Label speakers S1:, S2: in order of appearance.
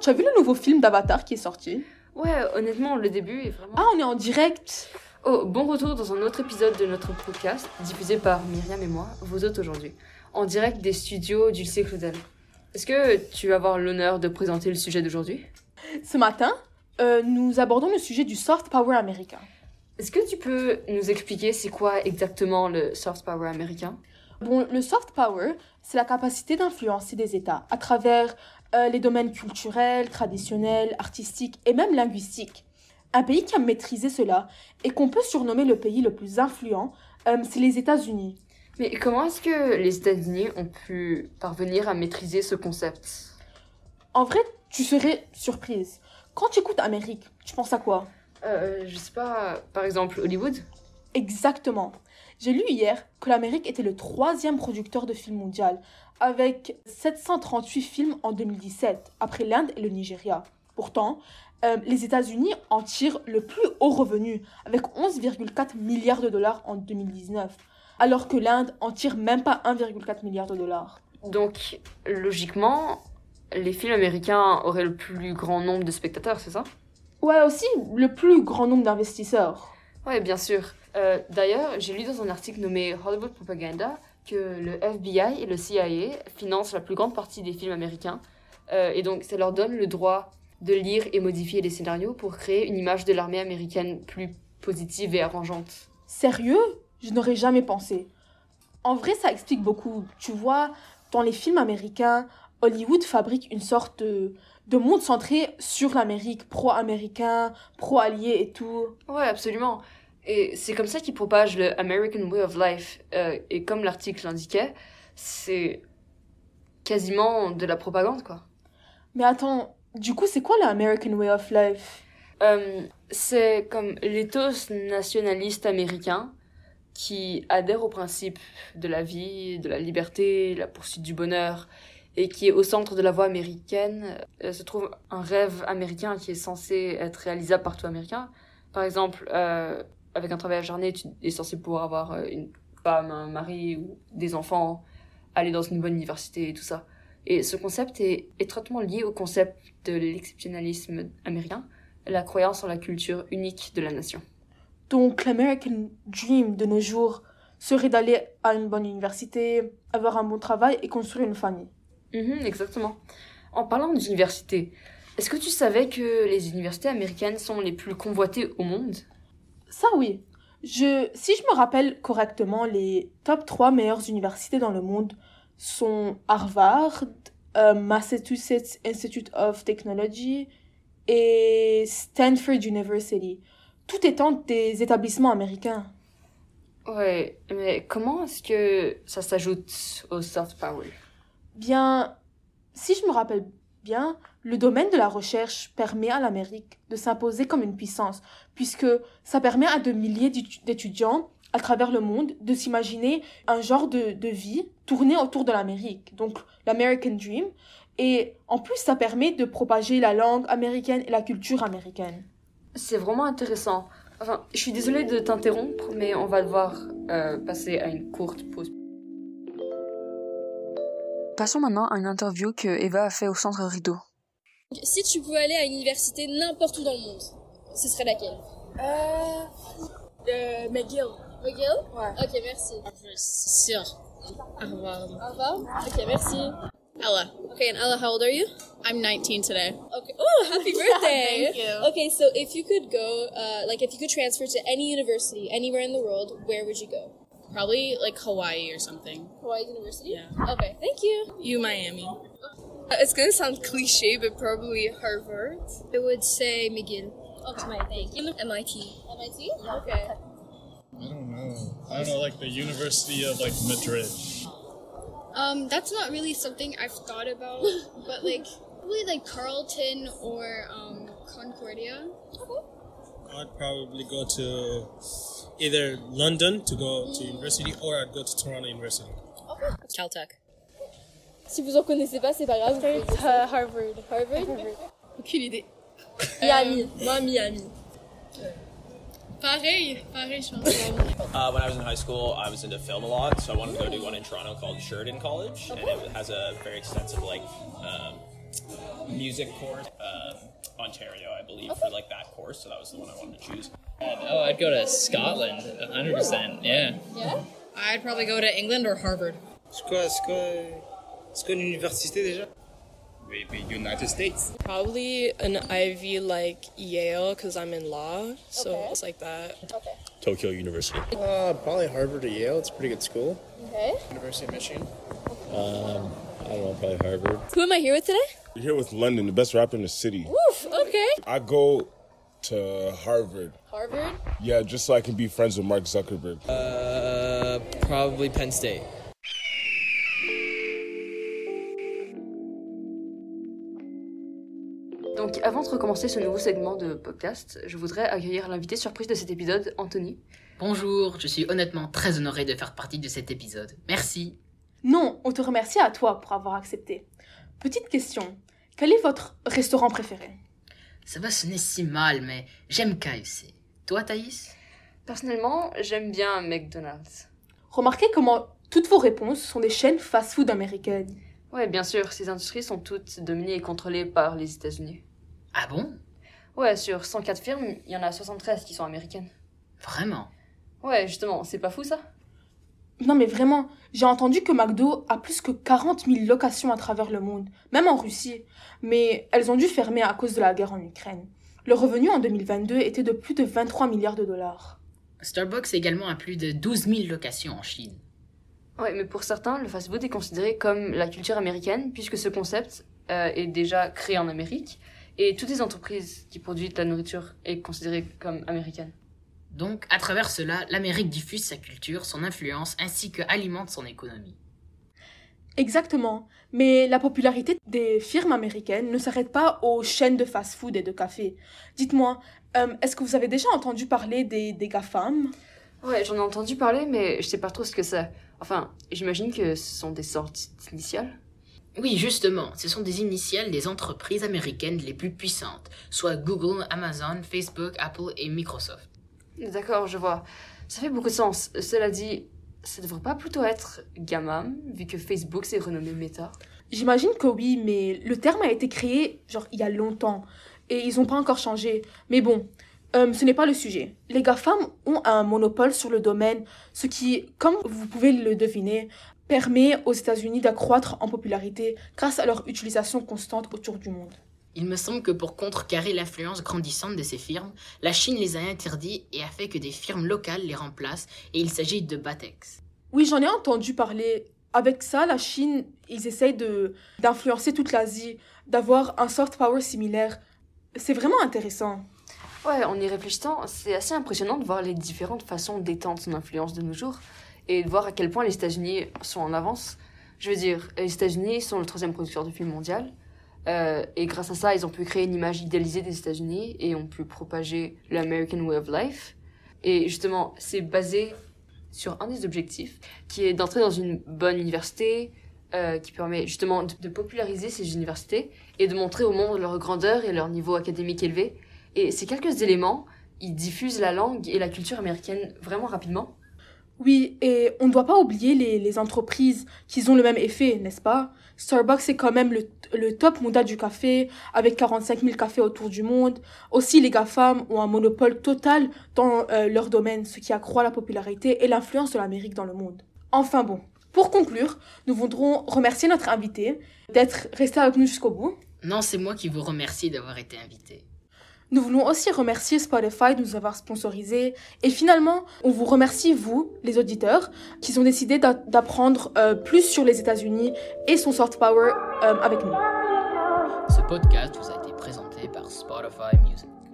S1: Tu as vu le nouveau film d'Avatar qui est sorti
S2: Ouais, honnêtement, le début est vraiment.
S1: Ah, on est en direct
S2: Oh, bon retour dans un autre épisode de notre podcast, diffusé par Myriam et moi, vos hôtes aujourd'hui, en direct des studios du lycée Claudel. Est-ce que tu vas avoir l'honneur de présenter le sujet d'aujourd'hui
S1: Ce matin, euh, nous abordons le sujet du soft power américain.
S2: Est-ce que tu peux nous expliquer c'est quoi exactement le soft power américain
S1: Bon, le soft power, c'est la capacité d'influencer des États à travers euh, les domaines culturels, traditionnels, artistiques et même linguistiques. Un pays qui a maîtrisé cela et qu'on peut surnommer le pays le plus influent, euh, c'est les États-Unis.
S2: Mais comment est-ce que les États-Unis ont pu parvenir à maîtriser ce concept
S1: En vrai, tu serais surprise. Quand tu écoutes Amérique, tu penses à quoi
S2: euh, Je sais pas, par exemple Hollywood
S1: Exactement. J'ai lu hier que l'Amérique était le troisième producteur de films mondial, avec 738 films en 2017, après l'Inde et le Nigeria. Pourtant, euh, les États-Unis en tirent le plus haut revenu, avec 11,4 milliards de dollars en 2019, alors que l'Inde en tire même pas 1,4 milliard de dollars.
S2: Donc, logiquement, les films américains auraient le plus grand nombre de spectateurs, c'est ça
S1: Ouais, aussi le plus grand nombre d'investisseurs.
S2: Ouais, bien sûr. Euh, D'ailleurs, j'ai lu dans un article nommé Hollywood Propaganda que le FBI et le CIA financent la plus grande partie des films américains. Euh, et donc, ça leur donne le droit de lire et modifier les scénarios pour créer une image de l'armée américaine plus positive et arrangeante.
S1: Sérieux Je n'aurais jamais pensé. En vrai, ça explique beaucoup. Tu vois, dans les films américains, Hollywood fabrique une sorte de, de monde centré sur l'Amérique, pro-américain, pro-allié et tout.
S2: Ouais, absolument. Et c'est comme ça qu'ils propagent le American Way of Life. Euh, et comme l'article l'indiquait, c'est quasiment de la propagande, quoi.
S1: Mais attends, du coup, c'est quoi le American Way of Life
S2: Euh, c'est comme l'éthos nationaliste américain qui adhère aux principes de la vie, de la liberté, la poursuite du bonheur, et qui est au centre de la voie américaine. Euh, se trouve un rêve américain qui est censé être réalisable par tout américain. Par exemple, euh, avec un travail acharné, tu es censé pouvoir avoir euh, une femme, un mari ou des enfants, aller dans une bonne université et tout ça. Et ce concept est étroitement lié au concept de l'exceptionnalisme américain, la croyance en la culture unique de la nation.
S1: Donc, l'American Dream de nos jours serait d'aller à une bonne université, avoir un bon travail et construire une famille.
S2: Mhm, exactement. En parlant d'université, est-ce que tu savais que les universités américaines sont les plus convoitées au monde
S1: Ça oui. Je, si je me rappelle correctement, les top 3 meilleures universités dans le monde sont Harvard, euh, Massachusetts Institute of Technology et Stanford University, tout étant des établissements américains.
S2: Ouais, mais comment est-ce que ça s'ajoute au soft power
S1: Bien, si je me rappelle bien, le domaine de la recherche permet à l'Amérique de s'imposer comme une puissance, puisque ça permet à de milliers d'étu- d'étudiants à travers le monde de s'imaginer un genre de, de vie tournée autour de l'Amérique, donc l'American Dream. Et en plus, ça permet de propager la langue américaine et la culture américaine.
S2: C'est vraiment intéressant. Enfin, je suis désolée de t'interrompre, mais on va devoir euh, passer à une courte pause. Passons maintenant à une interview que Eva a fait au centre Rideau.
S3: Donc, Si tu pouvais aller à une université n'importe où dans le monde, ce serait laquelle
S4: Euh, euh, McGill.
S3: McGill
S4: Ouais.
S3: Ok, merci.
S4: Sûr. Harvard.
S3: Harvard Ok, merci.
S4: Um, Ella.
S3: Okay, and Ella, how old are you?
S4: I'm 19 today.
S3: Okay. Oh, happy birthday!
S4: Thank you.
S3: Okay, so if you could go, uh, like if you could transfer to any university anywhere in the world, where would you go?
S4: Probably like Hawaii or something.
S3: Hawaii University?
S4: Yeah.
S3: Okay, thank you.
S4: You, Miami.
S3: It's gonna sound cliche, but probably Harvard. I would say McGill. Okay, thank you. MIT. MIT? Okay.
S5: I don't know. I don't know, like the University of like Madrid.
S6: Um, that's not really something I've thought about, but like probably like Carleton or um, Concordia.
S7: I'd probably go to either London to go to university or I'd go to Toronto University.
S4: Caltech.
S3: Si vous en connaissez pas, c'est pas grave. Harvard. Harvard.
S6: Aucune idée.
S3: Miami. Moi, Miami.
S6: Pareil, pareil, je pense.
S8: Uh, when I was in high school, I was into film a lot, so I wanted to go to one in Toronto called Sheridan College, and it has a very extensive like um, music course. Uh, Ontario, I believe, for like that course. So that was the one I wanted to choose.
S9: Oh, I'd go to Scotland, 100%. Yeah.
S10: I'd probably go to England or Harvard.
S7: C'est quoi, c'est quoi, euh, c'est quoi l'université déjà?
S8: Maybe United States.
S11: Probably an Ivy like Yale because I'm in law, so it's like that.
S12: Tokyo University.
S13: Uh, probably Harvard or Yale. It's a pretty good school.
S3: Okay.
S13: University of Michigan.
S12: Um, I don't know, probably Harvard.
S3: Who am I here with today?
S14: You're here with London, the best rapper in the city.
S3: Oof. Okay.
S14: I go to Harvard.
S3: Harvard.
S14: Yeah, just so I can be friends with Mark Zuckerberg.
S9: Uh, probably Penn State.
S2: Donc, avant de recommencer ce nouveau segment de podcast, je voudrais accueillir l'invité surprise de cet épisode, Anthony.
S15: Bonjour, je suis honnêtement très honoré de faire partie de cet épisode. Merci.
S1: Non, on te remercie à toi pour avoir accepté. Petite question, quel est votre restaurant préféré
S15: Ça va sonner si mal, mais j'aime KFC. Toi, Thaïs
S2: Personnellement, j'aime bien McDonald's.
S1: Remarquez comment toutes vos réponses sont des chaînes fast-food américaines.
S2: Ouais, bien sûr, ces industries sont toutes dominées et contrôlées par les États-Unis.
S15: Ah bon
S2: Ouais, sur 104 firmes, il y en a 73 qui sont américaines.
S15: Vraiment
S2: Ouais, justement, c'est pas fou ça
S1: Non mais vraiment, j'ai entendu que McDo a plus que 40 000 locations à travers le monde, même en Russie, mais elles ont dû fermer à cause de la guerre en Ukraine. Le revenu en 2022 était de plus de 23 milliards de dollars.
S15: Starbucks également a plus de 12 000 locations en Chine.
S2: Ouais, mais pour certains, le fast-food est considéré comme la culture américaine, puisque ce concept euh, est déjà créé en Amérique, et toutes les entreprises qui produisent de la nourriture est considérée comme américaine.
S15: Donc, à travers cela, l'Amérique diffuse sa culture, son influence, ainsi que alimente son économie.
S1: Exactement, mais la popularité des firmes américaines ne s'arrête pas aux chaînes de fast-food et de café. Dites-moi, euh, est-ce que vous avez déjà entendu parler des, des GAFAM
S2: Ouais, j'en ai entendu parler, mais je sais pas trop ce que c'est. Enfin, j'imagine que ce sont des sortes initiales.
S15: Oui, justement, ce sont des initiales des entreprises américaines les plus puissantes, soit Google, Amazon, Facebook, Apple et Microsoft.
S2: D'accord, je vois. Ça fait beaucoup de sens. Euh, Cela dit, ça devrait pas plutôt être Gamam, vu que Facebook s'est renommé Meta.
S1: J'imagine que oui, mais le terme a été créé genre il y a longtemps et ils n'ont pas encore changé. Mais bon, euh, ce n'est pas le sujet. Les GAFAM ont un monopole sur le domaine, ce qui, comme vous pouvez le deviner, permet aux États-Unis d'accroître en popularité grâce à leur utilisation constante autour du monde.
S15: Il me semble que pour contrecarrer l'influence grandissante de ces firmes, la Chine les a interdits et a fait que des firmes locales les remplacent, et il s'agit de Batex.
S1: Oui, j'en ai entendu parler. Avec ça, la Chine, ils essayent de, d'influencer toute l'Asie, d'avoir un soft power similaire. C'est vraiment intéressant.
S2: Ouais, en y réfléchissant, c'est assez impressionnant de voir les différentes façons d'étendre son influence de nos jours et de voir à quel point les États-Unis sont en avance. Je veux dire, les États-Unis sont le troisième producteur de films mondial. Euh, et grâce à ça, ils ont pu créer une image idéalisée des États-Unis et ont pu propager l'American Way of Life. Et justement, c'est basé sur un des objectifs, qui est d'entrer dans une bonne université, euh, qui permet justement de, de populariser ces universités et de montrer au monde leur grandeur et leur niveau académique élevé. Et ces quelques éléments, ils diffusent la langue et la culture américaine vraiment rapidement.
S1: Oui, et on ne doit pas oublier les, les entreprises qui ont le même effet, n'est-ce pas Starbucks est quand même le, le top mondial du café, avec 45 000 cafés autour du monde. Aussi, les GAFAM ont un monopole total dans euh, leur domaine, ce qui accroît la popularité et l'influence de l'Amérique dans le monde. Enfin bon, pour conclure, nous voudrons remercier notre invité d'être resté avec nous jusqu'au bout.
S15: Non, c'est moi qui vous remercie d'avoir été invité.
S1: Nous voulons aussi remercier Spotify de nous avoir sponsorisés. Et finalement, on vous remercie, vous, les auditeurs, qui ont décidé d'a- d'apprendre euh, plus sur les États-Unis et son soft power euh, avec nous.
S15: Ce podcast vous a été présenté par Spotify Music.